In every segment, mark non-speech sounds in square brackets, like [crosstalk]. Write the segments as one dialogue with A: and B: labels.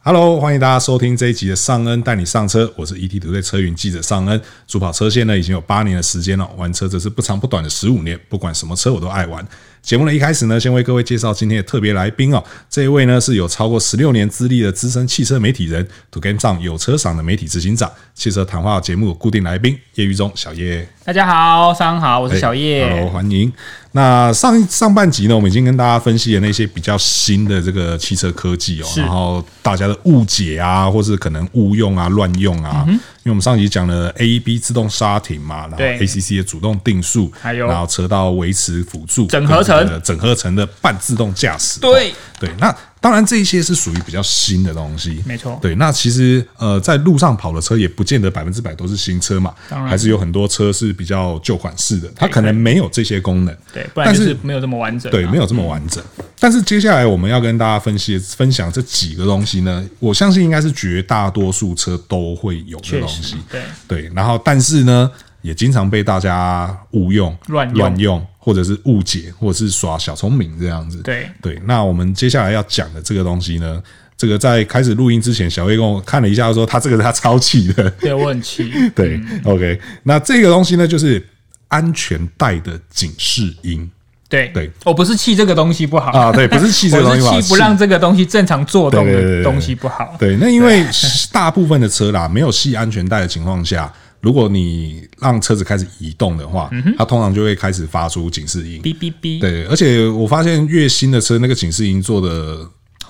A: Hello，欢迎大家收听这一集的尚恩带你上车，我是 ET 团队车云记者尚恩。主跑车线呢已经有八年的时间了，玩车则是不长不短的十五年，不管什么车我都爱玩。节目的一开始呢，先为各位介绍今天的特别来宾哦，这一位呢是有超过十六年资历的资深汽车媒体人，To Game 上有车赏的媒体执行长，汽车谈话节目固定来宾叶玉忠小叶。
B: 大家好，上午好，我是小叶。
A: h e 欢迎。那上上半集呢，我们已经跟大家分析了那些比较新的这个汽车科技哦，然后大家的误解啊，或是可能误用啊、乱用啊，
B: 嗯
A: 因为我们上集讲了 AEB 自动刹停嘛，然后
B: 对
A: ACC 的主动定速，
B: 还有
A: 然后车道维持辅助
B: 整合成
A: 跟这个整合成的半自动驾驶，
B: 对
A: 哦对，那。当然，这一些是属于比较新的东西，
B: 没错
A: 对，那其实呃，在路上跑的车也不见得百分之百都是新车嘛，
B: 当然
A: 还是有很多车是比较旧款式的，它可
B: 对
A: 能没有这些功能。
B: 对，不然就
A: 但
B: 是
A: 是
B: 没有这么完整、啊。
A: 对，没有这么完整。但是接下来我们要跟大家分析分享这几个东西呢，我相信应该是绝大多数车都会有的
B: 确
A: 东
B: 实
A: 西。
B: 对
A: 对，然后但是呢，也经常被大家误用、
B: 乱用
A: 乱用，或者是误解，或者是耍小聪明这样子。
B: 对
A: 对，那我们接下来要讲的这个东西呢，这个在开始录音之前，小叶跟我看了一下，说他这个是他抄起的。
B: 对，我很气。
A: [laughs] 对、o k 那这个东西呢，就是安全带的警示音。
B: 对
A: 对，
B: 我不是气这个东西不好
A: 啊，对，不是气这个东西吧？
B: 我是气不让这个东西正常做动
A: 对对对
B: 的
A: 对
B: 东西不好。
A: 对，那因为大部分的车啦，没有系安全带的情况下，如果你让车子开始移动的话，它通常就会开始发出警示音。
B: 嗯哔哔哔，
A: 对，而且我发现越新的车，那个警示音做的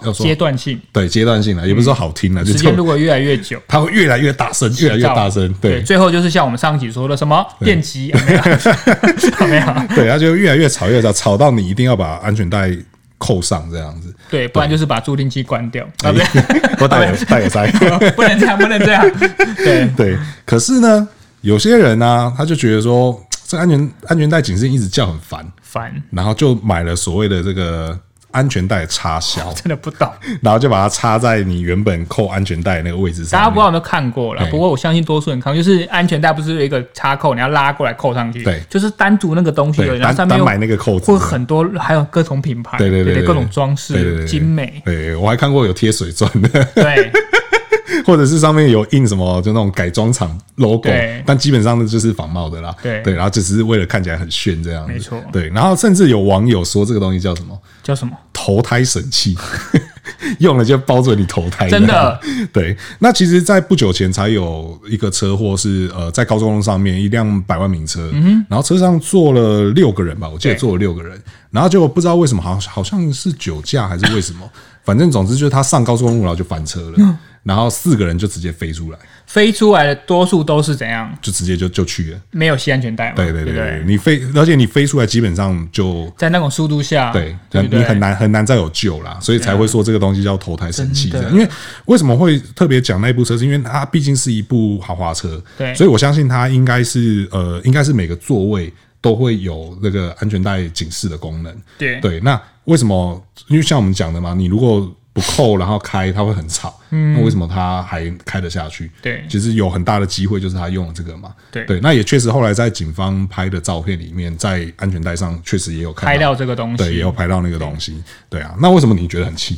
A: 要说
B: 阶段性，
A: 对阶段性了，也不是说好听了，就
B: 时间如
A: 就
B: 果越来越久，
A: 它会越来越大声，越来越大声。对
B: 对，最后就是像我们上集说的什么电击，有没有有没有？
A: 对，它就越来越吵，越来越吵，吵到你一定要把安全带扣上这样子。
B: 对，不然就是把助听器关掉，
A: 哎
B: 啊，不
A: 我戴耳戴耳塞。 [laughs]
B: 对，不能这样，不能这样。 [laughs] 对，
A: 对，可是呢，有些人呢、他就觉得说，这安全安全带警示一直叫很烦，
B: 烦，
A: 然后就买了所谓的这个安全带插销，
B: 真的不懂。
A: 然后就把它插在你原本扣安全带的那个位置
B: 大家
A: 上
B: 不知
A: 面。
B: 道有没有看过啦，
A: 对
B: 不过我相信多数人看过，就是安全带不是有一个插扣，你要拉过来扣上去，
A: 对
B: 就是单独那个东西而
A: 对，
B: 已，然
A: 单
B: 后上
A: 单
B: 面
A: 买
B: 有
A: 那个扣子
B: 会，很多，还有各种品牌，
A: 对对对对对
B: 各种装
A: 对对对
B: 饰
A: 对
B: 精美，
A: 对，哎我还看过有贴水钻的，
B: 对 [laughs]
A: [laughs] 或者是上面有印什么，就那种改装厂 logo，
B: 对
A: 但基本上呢就是仿冒的啦。
B: 对
A: 对，然后只是为了看起来很炫这样子。
B: 没错
A: 对，然后甚至有网友说这个东西叫什么？
B: 叫什么？
A: 投胎神器， [laughs] 用了就包准你投胎。
B: 真的，
A: [laughs] 对。那其实，在不久前才有一个车祸是，呃，在高速公路上面一辆百万名车，然后车上坐了六个人吧，我记得
B: 嗯对
A: 坐了六个人，然后结果不知道为什么，好像好像是酒驾还是为什么， [laughs] 反正总之就是他上高速公路然后就翻车
B: 嗯
A: 了，然后四个人就直接飞出来，
B: 飞出来的多数都是怎样？
A: 就直接就就去了。
B: 没有系安全带嘛？
A: 对对对
B: 对不
A: 对，，你飞，而且你飞出来基本上就
B: 在那种速度下，
A: 对，
B: 啊对
A: 很
B: 不对
A: 你很难很难再有救啦，所以才会说这个东西叫投胎神器这
B: 真的
A: 样。因为为什么会特别讲那部车，是因为它毕竟是一部豪华车，
B: 对
A: 所以我相信它应该是呃，应该是每个座位都会有那个安全带警示的功能。
B: 对
A: 对，那为什么？因为像我们讲的嘛，你如果不扣然后开，它会很吵。那为什么它还开得下去？
B: 嗯对
A: 其实有很大的机会就是他用了这个嘛。
B: 对
A: 对，那也确实后来在警方拍的照片里面，在安全带上确实也有看
B: 拍
A: 到
B: 到这个东
A: 对，也
B: 西
A: 有，拍到那个东西。对啊，那为什么你觉得很气？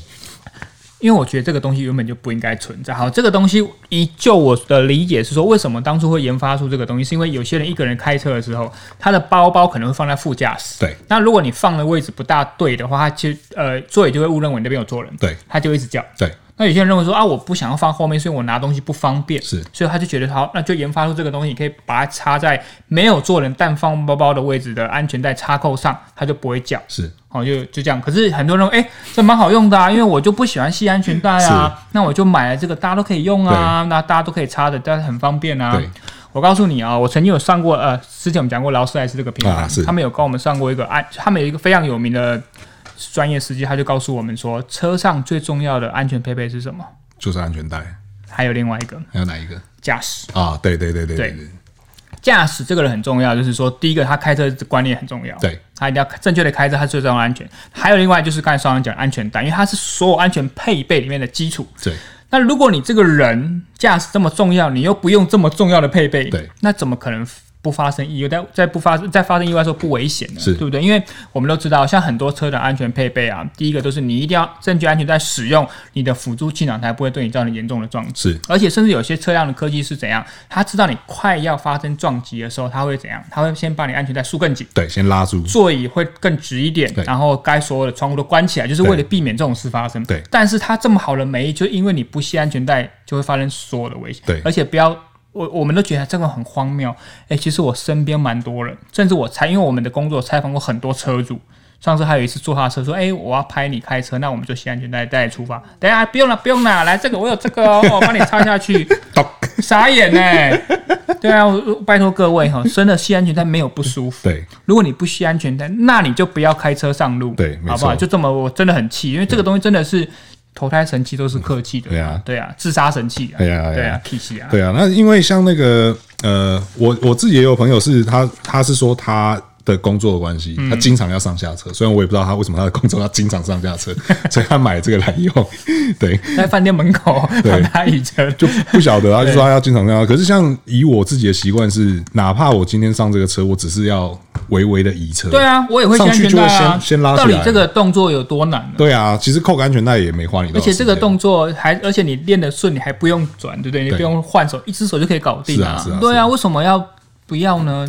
B: 因为我觉得这个东西原本就不应该存在。好，这个东西依就我的理解是说，为什么当初会研发出这个东西，是因为有些人一个人开车的时候，他的包包可能会放在副驾驶。
A: 对
B: 那如果你放的位置不大对的话，他其实呃座椅就会误认为你那边有坐人，
A: 对
B: 他就一直叫。
A: 对
B: 那有些人认为说啊，我不想要放后面，所以我拿东西不方便，
A: 是
B: 所以他就觉得好，那就研发出这个东西，你可以把它插在没有坐人但放包包的位置的安全带插扣上，它就不会叫。
A: 是
B: 哦，就就这样。可是很多人哎、这蛮好用的啊，因为我就不喜欢系安全带啊，那我就买了这个，大家都可以用啊，那大家都可以插的，但是很方便啊
A: 对。
B: 我告诉你啊，我曾经有上过呃，之前我们讲过劳斯莱斯这个品牌，
A: 啊是
B: 他们有跟我们上过一个安，他们有一个非常有名的专业司机，他就告诉我们说，车上最重要的安全配备是什么？
A: 就是安全带，
B: 还有另外一个
A: 还有哪一个
B: 驾驶，
A: 啊？对对对对对对
B: 驾驶这个人很重要，就是说，第一个他开车的观念很重要，
A: 对，
B: 他一定要正确的开车，他最重要的安全。还有另外就是刚才双人讲的安全带，因为它是所有安全配备里面的基础。
A: 对，
B: 那如果你这个人驾驶这么重要，你又不用这么重要的配备，
A: 对，
B: 那怎么可能不发生意外，在在不发在发生意外的时候不危险的，
A: 是
B: 对不对？因为我们都知道，像很多车的安全配备啊，第一个都是你一定要证据安全在使用，你的辅助气囊才不会对你造成严重的撞击。
A: 是
B: 而且甚至有些车辆的科技是怎样，它知道你快要发生撞击的时候，它会怎样？它会先把你安全带束更紧。
A: 对，先拉住，
B: 座椅会更直一点
A: 对，
B: 然后该所有的窗户都关起来，就是为了避免这种事发生。
A: 对
B: 但是它这么好的美意，就是因为你不系安全带，就会发生所有的危险。
A: 对
B: 而且不要。我我们都觉得这个很荒谬，哎、其实我身边蛮多人，甚至我采，因为我们的工作采访过很多车主，上次还有一次坐他的车说，哎、我要拍你开车，那我们就系安全带带你出发。等一下哎不用了，不用了，来这个我有这
A: [laughs]
B: 个哦，我帮你插下去。
A: 咚
B: 傻眼呢、对啊，我我拜托各位哈，真的系安全带没有不舒服。
A: 对，
B: 如果你不系安全带，那你就不要开车上路，
A: 对没错
B: 好不好？就这么，我真的很气，因为这个东西真的是投胎神器都是客气的，
A: 对啊，
B: 对啊，自杀神器啊，
A: 哎呀哎呀
B: 对啊，气气啊，
A: 对啊，那因为像那个呃，我我自己也有朋友是他，他是说他的工作的关系，他经常要上下车。虽然我也不知道他为什么他的工作要经常上下 [laughs] 车，所以他买这个来用。对，
B: 在饭店门口
A: 对
B: 把他椅车，
A: 就不晓得啊，就说他要经常这样。可是像以我自己的习惯是，哪怕我今天上这个车，我只是要微微的移车。
B: 对啊，我也会系安全
A: 上
B: 带
A: 去就
B: 啊
A: 会先，先拉起
B: 到
A: 来
B: 底这个动作有多难呢？
A: 对啊，其实扣个安全带也没花你多
B: 而
A: 少时间。
B: 且这个动作还，而且你练得顺，你还不用转，对不对？你
A: 对
B: 不用换手，一只手就可以搞定
A: 是啊是啊
B: 对
A: 是
B: 啊，
A: 啊
B: 为什么要不要呢？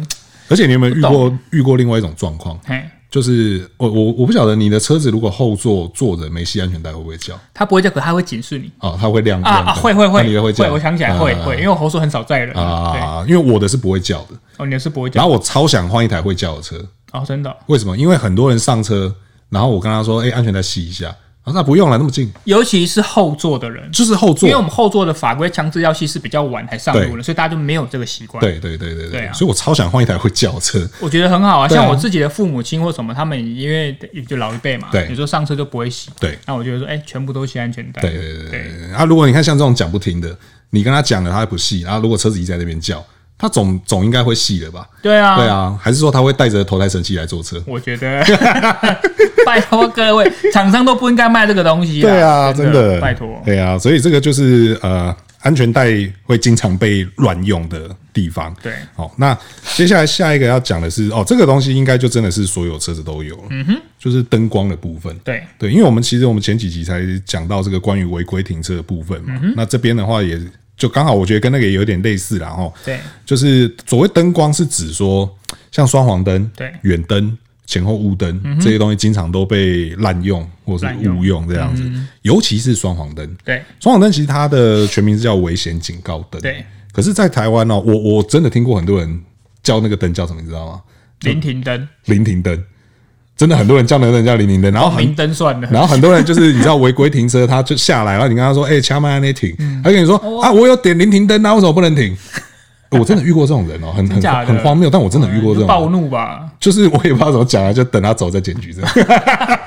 A: 而且你有没有遇
B: 不
A: 过遇过另外一种状况？
B: 嘿，
A: 就是我我我不晓得你的车子如果后座坐着没系安全带会不会叫
B: 他不会叫，可他会警示你
A: 啊？它会亮
B: 啊
A: 亮
B: 啊，
A: 灯
B: 会
A: 那
B: 会
A: 你
B: 会
A: 也会
B: 会，
A: 叫？
B: 我想起来
A: 啊
B: 会会，因为我猴叔很少载人，对，
A: 啊，因为我的是不会叫的。
B: 哦，你的是不会
A: 然
B: 讲
A: 后我超想换一台会叫的车，
B: 哦，真的哦、
A: 为什么？因为很多人上车，然后我跟他说：“哎，安全带系一下。”然后那不用了，那么近，
B: 尤其是后座的人，
A: 就是后
B: 因
A: 座
B: 为我们后座的法规强制要系是比较晚才上路的，所以大家就没有这个习惯。，
A: 对对对对
B: 对啊
A: 所以我超想换一台会叫的车。
B: 我觉得很好啊，
A: 对啊
B: 像我自己的父母亲或什么，他们因为就老一辈嘛，
A: 对
B: 有时候上车就不会系，
A: 对
B: 那我觉得说，哎、全部都系安全带，
A: 对对对对对。啊，如果你看像这种讲不听的，你跟他讲了，他还不系，然后如果车子一直在那边叫，他总总应该会系的吧？
B: 对啊，
A: 对啊，还是说他会带着投胎神器来坐车？
B: 我觉
A: [laughs]
B: 得，拜托各位，厂商都不应该卖这个东西，
A: 对啊，
B: 真
A: 真的，
B: 拜托。
A: 对啊，所以这个就是呃，安全带会经常被乱用的地方。
B: 对
A: 好，那接下来下一个要讲的是，哦，这个东西应该就真的是所有车子都有了，嗯哼，就是灯光的部分。
B: 对
A: 对，因为我们其实我们前几集才讲到这个关于违规停车的部分
B: 嗯
A: 嘛，那这边的话也就刚好，我觉得跟那个也有点类似啦，哦，
B: 对
A: 就是所谓灯光是指说像双黄灯、
B: 对嗯
A: 远灯、前后雾灯、这些东西，经常都被滥用或是
B: 滥用嗯
A: 误用这样子，尤其是双黄灯。
B: 对
A: 双黄灯其实它的全名是叫危险警告灯，
B: 对。
A: 可是，在台湾呢、我我真的听过很多人叫那个灯叫什么，你知道吗？
B: 临停灯、
A: 临停灯，真的很多人叫那个灯叫临停灯，然哦后很
B: 明灯算 [laughs] 了，
A: 然后很多人就是你知道违规停车，他就下来，然后你跟他说：“哎、掐慢那停。
B: 嗯
A: 他跟你说：“啊，我有点临停灯啊，为什么不能停？”
B: [laughs]
A: 我真的遇过这种人哦，很很
B: 假的
A: 很荒谬，但我真的遇过这种
B: 暴
A: 人，
B: 怒吧？
A: 就是我也不知道怎么讲啊，就等他走再检举这样。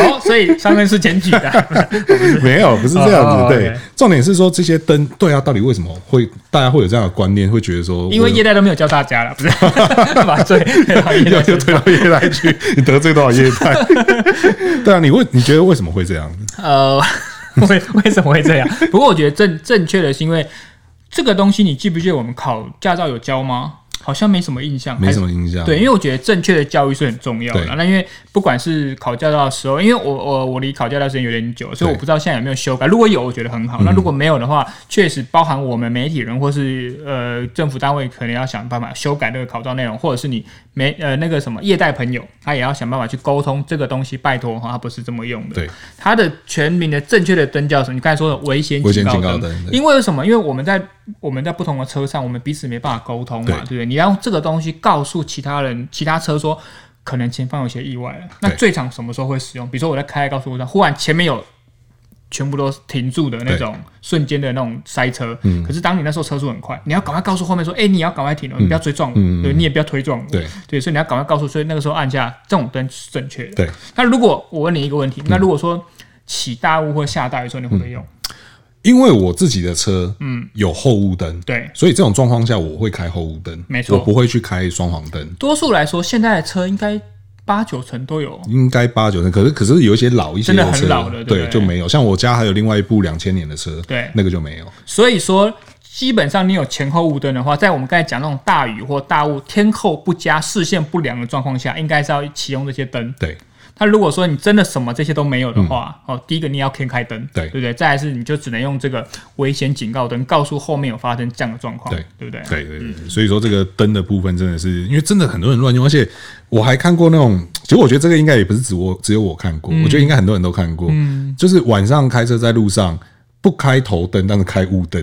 B: 哦，所以上面是检举的，
A: 没有，不是这
B: 哦哦
A: 样
B: 哦
A: 子。对
B: OK，
A: 重点是说这些灯，对啊，到底为什么会大家会有这样的观念，会觉得说，
B: 因为业代都没有教大家了，不是把罪推到业代
A: [laughs] 要
B: 身
A: 就
B: 上
A: 推到业代去，你得罪多少业
B: [laughs]
A: 代？对啊，你为你觉得为什么会这样？
B: 呃， [laughs] 为为什么会这样？不过我觉得正正确的是因为这个东西，你记不记得我们考驾照有教吗？好像没什么印象，
A: 没什
B: 还
A: 么影响。
B: 是。对，因为我觉得正确的教育是很重要的。
A: 对
B: 那因为不管是考驾照的时候，因为我我我离考驾照时间有点久，所以我
A: 对嗯
B: 不知道现在有没有修改。如果有，我觉得很好。那如果没有的话，确实包含我们媒体人或是呃政府单位可能要想办法修改那个考照内容，或者是你没呃那个什么业代朋友，他也要想办法去沟通这个东西。拜托哈，他不是这么用的。
A: 对
B: 它的全名的正确的灯叫什么？你刚才说的危险
A: 危险
B: 告
A: 警告
B: 灯
A: 灯。对
B: 因为什么？因为我们在我们在不同的车上，我们彼此没办法沟通嘛，
A: 对
B: 对不对？你要用这个东西告诉其他人、其他车说，可能前方有些意外了。那
A: 对
B: 最常什么时候会使用？比如说我在开高速公路上，忽然前面有。全部都停住的那种瞬间的那种塞车，
A: 嗯
B: 可是当你那时候车速很快，你要赶快告诉后面说：“哎、你要赶快停哦，你不要追撞我，对，你也不要推撞我。”
A: 对
B: 对，所以你要赶快告诉，所以那个时候按下这种灯是正确的。
A: 对，
B: 那如果我问你一个
A: 嗯
B: 问题，那如果说起大雾或下大雨的时候，你会不会用？
A: 因为我自己的车，嗯，有后雾灯，
B: 对
A: 所以这种状况下我会开后雾灯，
B: 没错
A: 我不会去开双黄灯，
B: 多数来说，现在的车应该八九成都有。
A: 应该八九成。可是可是有一些老一些
B: 真的很
A: 车，
B: 老了对不
A: 对
B: 对
A: 就没有。像我家还有另外一部两千年的车，
B: 对
A: 那个就没有。
B: 所以说，基本上你有前后雾灯的话，在我们刚才讲那种大雨或大雾、天候不佳、视线不良的状况下，应该是要启用这些灯。
A: 对
B: 它如果说你真的什么这些都没有的话，哦，第一个你要先开灯，
A: 嗯对
B: 对不对？再来是你就只能用这个危险警告灯告诉后面有发生这样的状况，
A: 对
B: 对不对？
A: 对对对，所以说这个灯的部分真的是，因为真的很多人乱用，而且我还看过那种，其实我觉得这个应该也不是只我只有我看
B: 嗯
A: 过，我觉得应该很多人都看过，就是晚上开车在路上不开头灯，但是开雾
B: [laughs]
A: 灯，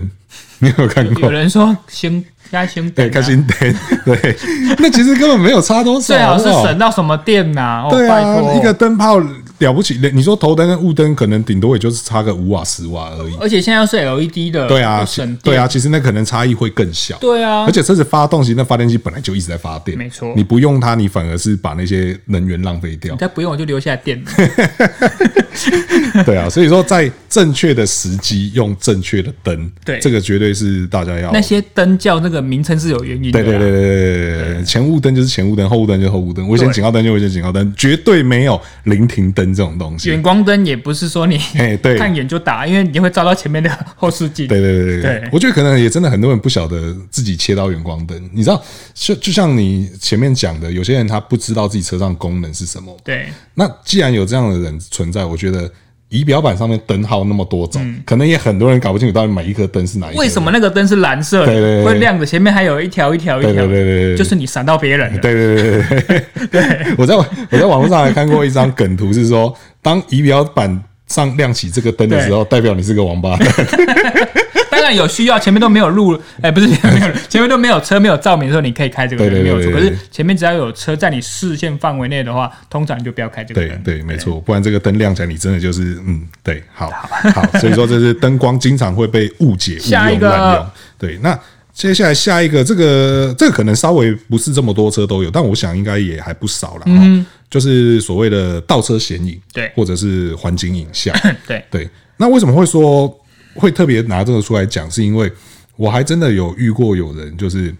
A: 你有没有看过
B: 有？人说先该先
A: 对，
B: 等、啊，
A: 开心灯， [laughs] 对，那其实根本没有差多少，
B: 最好是
A: 好不好
B: 省到什么店呐、哦，
A: 对
B: 拜
A: 啊，
B: 托
A: 一个灯泡了不起，你说头灯跟雾灯可能顶多也就是差个五瓦十瓦而已。
B: 而且现在又是 LED 的，
A: 对啊
B: 又呃省，电，
A: 对啊，，其实那可能差异会更小。
B: 对啊
A: 而且车子发动，其实那发电机本来就一直在发电，
B: 没错
A: 你不用它，你反而是把那些能源浪费掉
B: 你。再不用我就留下来电了。
A: 对啊，所以说在正确的时机用正确的灯，
B: 对
A: 这个绝对是大家要
B: 那。些灯叫那个名称是有原因的
A: 对
B: 啦，
A: 对对对对对对，前雾灯就是前雾灯，后雾灯就是后雾灯，危险警告灯就危险警告灯，绝对没有临停灯这种东西。
B: 远光灯也不是说你
A: 哎对
B: [laughs] 看远就打，因为你会照到前面的后视镜。
A: 对对对
B: 对
A: 对，我觉得可能也真的很多人不晓得自己切到远光灯。你知道，就就像你前面讲的，有些人他不知道自己车上功能是什么。
B: 对
A: 那既然有这样的人存在，我觉得仪表板上面灯号那么多种，可能也很多人搞不清楚到底每一颗灯是哪一颗。
B: 嗯为什？么那个灯是蓝色的，
A: 对对对对
B: 会亮着，前面还有一条一条一条，
A: 对对对对对
B: 就是你闪到别人了。
A: 对对对对对对， [laughs] 我在我在网络上还看过一张梗图，是说当仪表板上亮起这个灯的时候，代表你是个王八蛋。
B: 当然有需要，前面都没有
A: [laughs]
B: 路，哎、不是 [laughs] 没有，前面都没有车，没有照明的时候，你可以开这个
A: 对
B: 灯，
A: 对
B: 没
A: 对
B: 有
A: 对
B: 错。可
A: 对
B: 是前面只要有车在你视线范围内的话，通常你就不要开这个
A: 对
B: 灯。
A: 对，没错，不然这个灯亮起来，你真的就是嗯，对，好好，所以说这是灯光经常会被误解、误
B: [laughs] 下一
A: 用、
B: 个
A: 滥用。对，那接下来下一个，这个这个可能稍微不是这么多车都有，但我想应该也还不少了。嗯，就是所谓的倒车显影，
B: 对
A: 或者是环景影
B: [laughs]
A: 像。
B: 对
A: 对，那为什么会说会特别拿这个出来讲？是因为我还真的有遇过有人，就是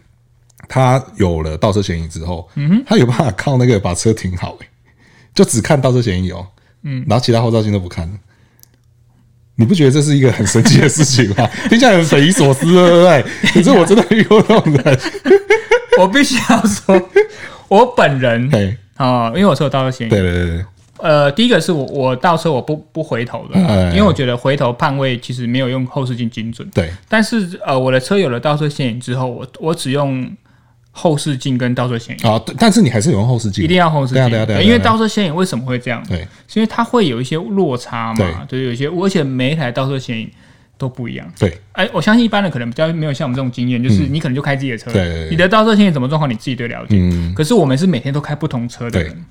A: 他有了倒车显影之后，嗯，他有办法靠那个把车停好、欸，就只看倒车显影哦，嗯，然后其他后照镜都不看。你不觉得这是一个很神奇的事情吗？听起来很匪夷所思，对不对？可是我真的遇过这种人，
B: 我必须要
A: [laughs]
B: 说，我本人
A: 嘿
B: 啊、因为我是有倒车嫌疑
A: 对。对对对，
B: 呃，第一个是我我倒车我不不回头的，
A: 哎
B: 因为我觉得回头判位其实没有用后视镜精准。
A: 对
B: 但是呃，我的车有了倒车显影之后，我我只用后视镜跟倒车显影，
A: 啊，对但是你还是有用后视镜，
B: 一定要后视
A: 对啊
B: 镜，
A: 对啊对啊，
B: 因为
A: 对啊
B: 倒车显影为什么会这样？
A: 对
B: 是因为它会有一些落差嘛，对，有一些，而且每一台倒车显影都不一样。
A: 对
B: 哎，我相信一般人可能比较没有像我们这种经验，就是你可能就开自己的车，
A: 嗯对对对
B: 你的倒车显影怎么状况你自己最了解。
A: 嗯
B: 可是我们是每天都开不同车的人，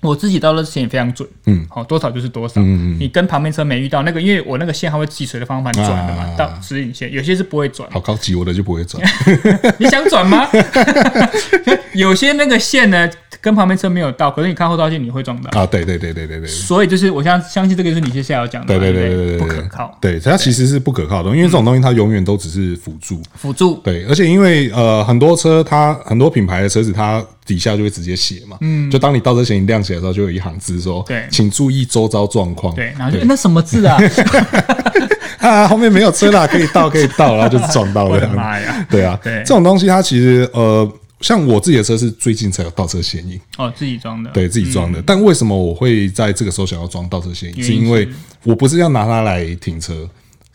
B: 我自己倒车显影非常准，
A: 嗯，
B: 好、多少就是多少。
A: 嗯
B: 你跟旁边车没遇到那个，因为我那个线它会自己随着方向盘转的嘛，
A: 啊
B: 到指引线，有些是不会转，
A: 好高级，我的就不会转，
B: 你想转
A: [laughs]
B: 吗？ [laughs] 有些那个线呢跟旁边车没有到，可是你看后照镜你会撞到。
A: 啊，对对对对对对对。
B: 所以就是我相相信这个就是你接下来要讲的
A: 对对
B: 嘛，对
A: 对
B: 不
A: 对对，
B: 不
A: 对
B: 可靠，
A: 对，它其实是不可靠的，因为这种东西它永远都只是辅助。
B: 辅助
A: 对，而且因为呃，很多车它很多品牌的车子，它底下就会直接写嘛，嗯，就当你倒车显影亮起来的时候，就有一行字说，
B: 对
A: 请注意周遭状况，
B: 对，然后就、诶那什么字啊？
A: [laughs] 啊，后面没有车啦，可以倒，可以倒，然后就是撞到
B: [laughs] 我
A: 了
B: 的，妈呀！
A: 对啊，
B: 对
A: 这种东西它其实呃，像我自己的车是最近才有倒车显影，
B: 哦，自己装的，，
A: 对自己装的。但为什么我会在这个时候想要装倒车显影？
B: 嗯因
A: 是因为我不是要拿它来停车，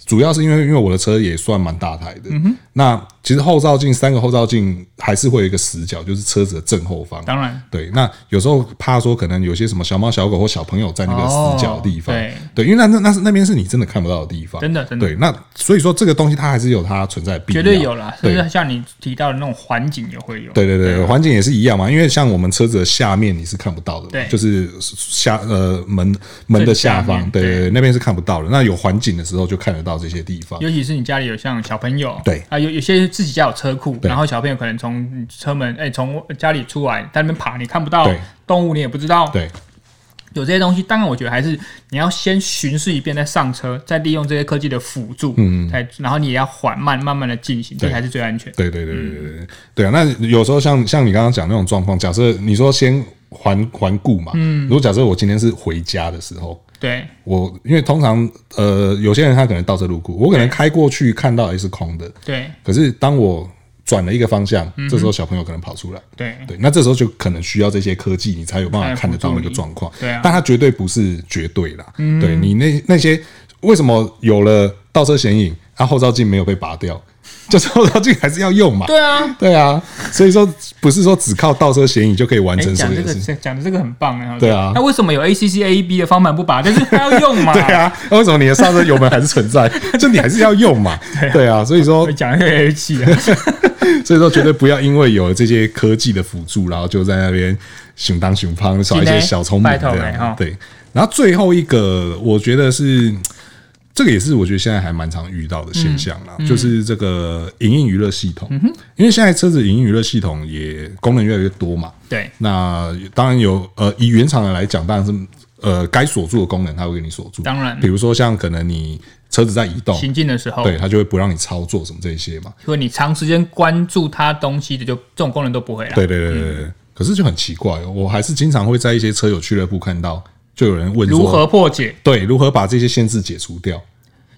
A: 主要是因为因为我的车也算蛮大台的。
B: 嗯
A: 那其实后照镜三个后照镜还是会有一个死角，就是车子的正后方。
B: 当然
A: 对，那有时候怕说可能有些什么小猫小狗或小朋友在那个
B: 哦
A: 死角的地方，
B: 对
A: 对，因为那那那是那边是你真的看不到的地方，
B: 真的真的
A: 对，那所以说这个东西它还是有它存在的必要，
B: 绝对有啦，甚
A: 对
B: 至像你提到的那种环境也会有，
A: 对对对，环境也是一样嘛，因为像我们车子的下面你是看不到的嘛，
B: 对
A: 就是下呃门门的下
B: 正下
A: 方
B: 面，
A: 对对
B: 对嗯
A: 对，那边是看不到的。那有环境的时候就看得到这些地方，
B: 尤其是你家里有像小朋友，
A: 对
B: 啊，有有些自己家有车库，
A: 对
B: 然后小朋友可能从车门，哎、从家里出来，在那边爬，你看不到
A: 对
B: 动物，你也不知道，
A: 对
B: 有这些东西。当然，我觉得还是你要先巡视一遍再上车，再利用这些科技的辅助，嗯，才然后你也要缓慢慢慢的进行，这才是最安全。
A: 对对对对对对对啊！那有时候像像你刚刚讲那种
B: 嗯
A: 状况，假设你说先环环顾嘛，如果假设我今天是回家的时候，
B: 对，
A: 我因为通常呃，有些人他可能倒车入库，我可能开过去看到也是空的，
B: 对，
A: 可是当我转了一个方向，
B: 嗯
A: 这时候小朋友可能跑出来。
B: 对，
A: 对，那这时候就可能需要这些科技，你才有办
B: 哎
A: 法看得到那个状况。
B: 对啊嗯
A: 但它绝对不是绝对啦。对你那那些为什么有了倒车显影，它、后照镜没有被拔掉，就是后照镜还是要用嘛？
B: 对啊。
A: 对啊，所以说不是说只靠倒车显影就可以完
B: 哎，
A: 成所
B: 讲
A: 有的
B: 这个
A: 事情。
B: 这讲的这个很棒啊！
A: 对啊
B: 那为什么有 ACC AEB 的方板不拔？就是它要用嘛。
A: [laughs] 对，啊，那为什么你的刹车油门还是存在？ [laughs] 就你还是要用嘛？对啊，所以说
B: 我 [laughs] 讲的有点气啊。
A: 所以说，绝对不要因为有了这些科技的辅助，然后就在那边熊当熊胖，耍一些小聪明
B: 拜托
A: 这
B: 欸哈
A: 样。对，然后最后一个，我觉得是这个也是我觉得现在还蛮常遇到的现象啦，
B: 嗯
A: 就是这个影音娱乐系统。因为现在车子影音娱乐系统也功能越来越多嘛，
B: 对，
A: 那当然有呃，以原厂的来讲，当然是呃该锁住的功能它会给你锁住，
B: 当然
A: 比如说像可能你车子在移动。
B: 行进的时候，
A: 哦对，它就会不让你操作什么这一些嘛。
B: 如果你长时间关注它东西的，就这种功能都不会了。
A: 对对对对对。可是就很奇怪、哦，我还是经常会在一些车友俱乐部看到，就有人问说
B: 如何破解？
A: 对如何把这些限制解除掉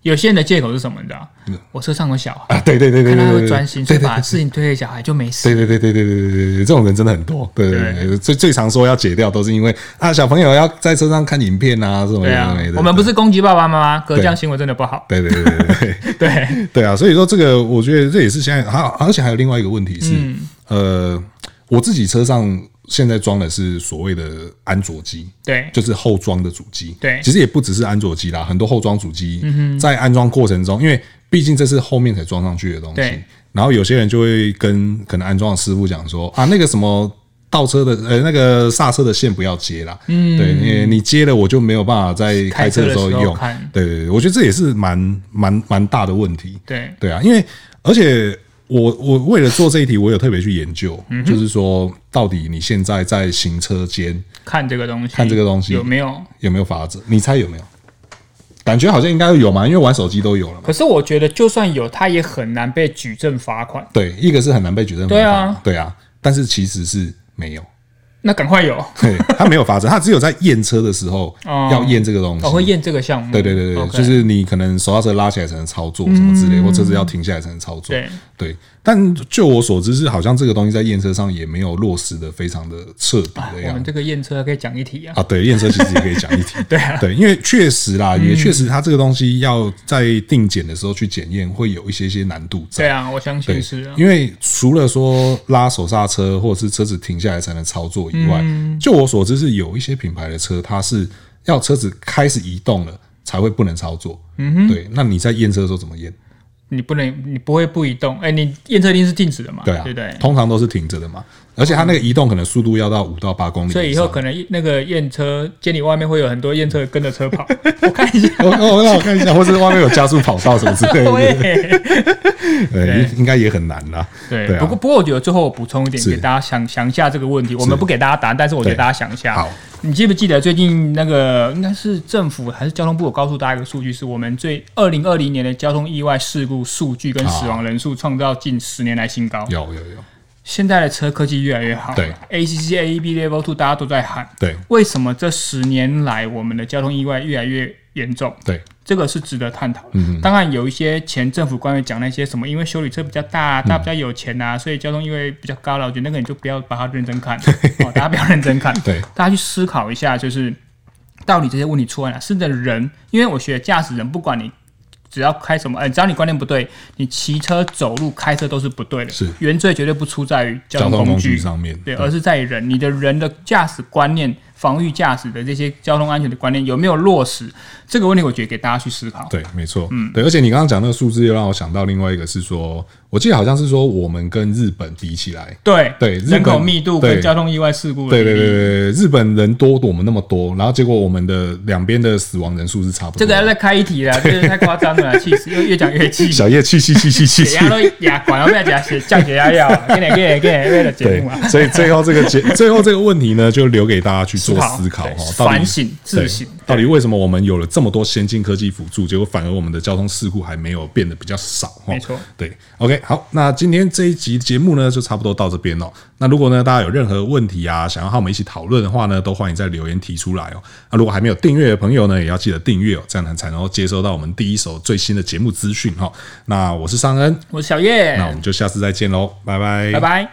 B: 有些人的借口是什么？你知道？我车上有小孩，
A: 啊？对对对嗯 [laughs] 对
B: 看他
A: 对
B: 会
A: 对
B: 专心，所以把事情推给小孩就没事。
A: 对对对对对对对对对，这种人真的很多。对对对对，最最常说要解掉，都是因为啊小朋友要在车上看影片啊，这种
B: 对啊
A: 有的没，的
B: 我们不是攻击爸爸妈妈，可这样行为真的
A: [laughs]
B: 不好。
A: 对对对对对对
B: 对，
A: 对啊，所以说这个我觉得这也是现在还有而且还有另外一个问题是，呃，我自己车上现在装的是所谓的安卓机，
B: 对，
A: 就是后装的主机。
B: 对嗯
A: 其实也不只是安卓机啦，很多后装主机在安装过程中，因为毕竟这是后面才装上去的东西
B: 对，
A: 然后有些人就会跟可能安装的师傅讲说啊，那个什么。倒车的呃，那个刹车的线不要接啦，嗯，对，因为你接了我就没有办法在开车的时候
B: 开车的时候
A: 用，
B: 看
A: 对对对，我觉得这也是蛮蛮蛮大的问题，
B: 对，
A: 对啊，因为而且我我为了做这一题，我有特别去研究，
B: 嗯
A: 就是说到底你现在在行车间
B: 看这个东西，
A: 看这个东西
B: 有没有？
A: 有没有法则？你猜有没有？感觉好像应该有嘛，因为玩手机都有了嘛。
B: 可是我觉得，就算有，它也很难被举证罚款。
A: 对，一个是很难被举证
B: 对啊，
A: 对啊，但是其实是没有，
B: 那赶快有，
A: 对，他没有法则，他只有在验车的时候
B: 哦
A: 要验这个东
B: 我会
A: 西。
B: 验这个项目。
A: 对对对对，
B: OK 嗯
A: 就是你可能手刹车拉起来才能操作什么之类，或车子要停下来才能操作。
B: 对
A: 对，但就我所知是，好像这个东西在验车上也没有落实的非常的彻底的
B: 啊我
A: 样
B: 们
A: 子
B: 这个验车可以讲一题啊。
A: 啊。对，验车其实也可以讲一题，
B: [laughs] 对啊，嗯
A: 对，因为确实啦，也确实，它这个东西要在定检的时候去检验，会有一些些难度在。
B: 对啊，我相信是啊。
A: 因为除了说拉手刹车或者是车子停下来才能操作以外，
B: 嗯
A: 就我所知是有一些品牌的车，它是要车子开始移动了才会不能操作。嗯哼，对，那你在验车的时候怎么验？
B: 你不能，你不会不移动。哎，你验车一定是静止的嘛？
A: 对啊，
B: 对不对？
A: 通常都是停着的嘛，而且它那个移动可能速度要到五到八公里以上，
B: 所以以后可能那个验车监理外面会有很多验车跟着
A: [laughs]
B: 车跑，我看一下。
A: 哦哦，让我看一下，或是外面有加速跑道什么之类
B: [laughs]
A: 的，
B: 对
A: 对，应该也很难啦。对
B: 对，
A: 啊
B: 不过不过我觉得最后我补充一点，
A: 是
B: 给大家想想一下这个问题。我们不给大家答案，但是我给
A: 对
B: 大家想一下。
A: 好，
B: 你记不记得最近那个应该是政府还是交通部有告诉大家一个数据，是我们最二零二零年的交通意外事故数据跟死亡人数创造近十年来新高。
A: 有有有，
B: 现在的车科技越来越好，
A: 对
B: ACC、AEB、Level E Two 大家都在喊，
A: 对
B: 为什么这十年来我们的交通意外越来越严重？
A: 对嗯
B: 这个是值得探讨的。当然有一些前政府官员讲那些什么，因为修理车比较
A: 嗯
B: 大、啊，大家比较有钱啊，所以交通意外比较高了。我觉得那个你就不要把它认真
A: [laughs]
B: 看，哦，大家不要认真看，
A: 对，
B: 大家去思考一下，就是到底这些问题出在哪？是的人，因为我学驾驶人，不管你。只要开什么，呃，只要你观念不对，你骑车、走路、开车都是不对的。
A: 是
B: 原罪绝对不出在于交
A: 交
B: 通
A: 通
B: 工
A: 工具
B: 具
A: 上面，
B: 对，而是在于人，你的人的驾驶观念、防御驾驶的这些交通安全的观念有没有落实？这个问题，我觉得给大家去思考。
A: 对，没错，嗯，对，而且你刚刚讲那个数字，又让我想到另外一个是说，我记得好像是说我们跟日本比起来，
B: 对
A: 对日
B: 人口
A: 本
B: 密度
A: 对
B: 跟交通意外事故的
A: 对
B: 比
A: 对
B: 例
A: 对对，对日本人多我们那么多，然后结果我们的两边的死亡人数是差不多
B: 这
A: 的。
B: 个要再开一题了，这个太夸张了，气死！又越讲越气，
A: [laughs] 小叶气气气气 [laughs] 气
B: 血
A: 气
B: 压。都压管，要不要讲血降血压药啊？给你给你给你为了节
A: 对
B: 目啊，，
A: 所以最后这个结，最后这个问题呢，就留给大家去做做
B: 考、
A: 思考
B: 对
A: 哈，到底
B: 反省、自
A: 对
B: 省。
A: 到底为什么我们有了这么多先进科技辅助，结果反而我们的交通事故还没有变得比较少？哦
B: 没错，
A: 对，OK，好，那今天这一集节目呢，就差不多到这边哦。那如果呢，大家有任何问题啊，想要和我们一起讨论的话呢，都欢迎在留言提出来哦。那如果还没有订阅的朋友呢，也要记得订阅哦，这样才能够接收到我们第一手最新的哦节目资讯哈。那我是尚恩，
B: 我是小叶
A: 那，我们就下次再见喽，拜拜，
B: 拜拜。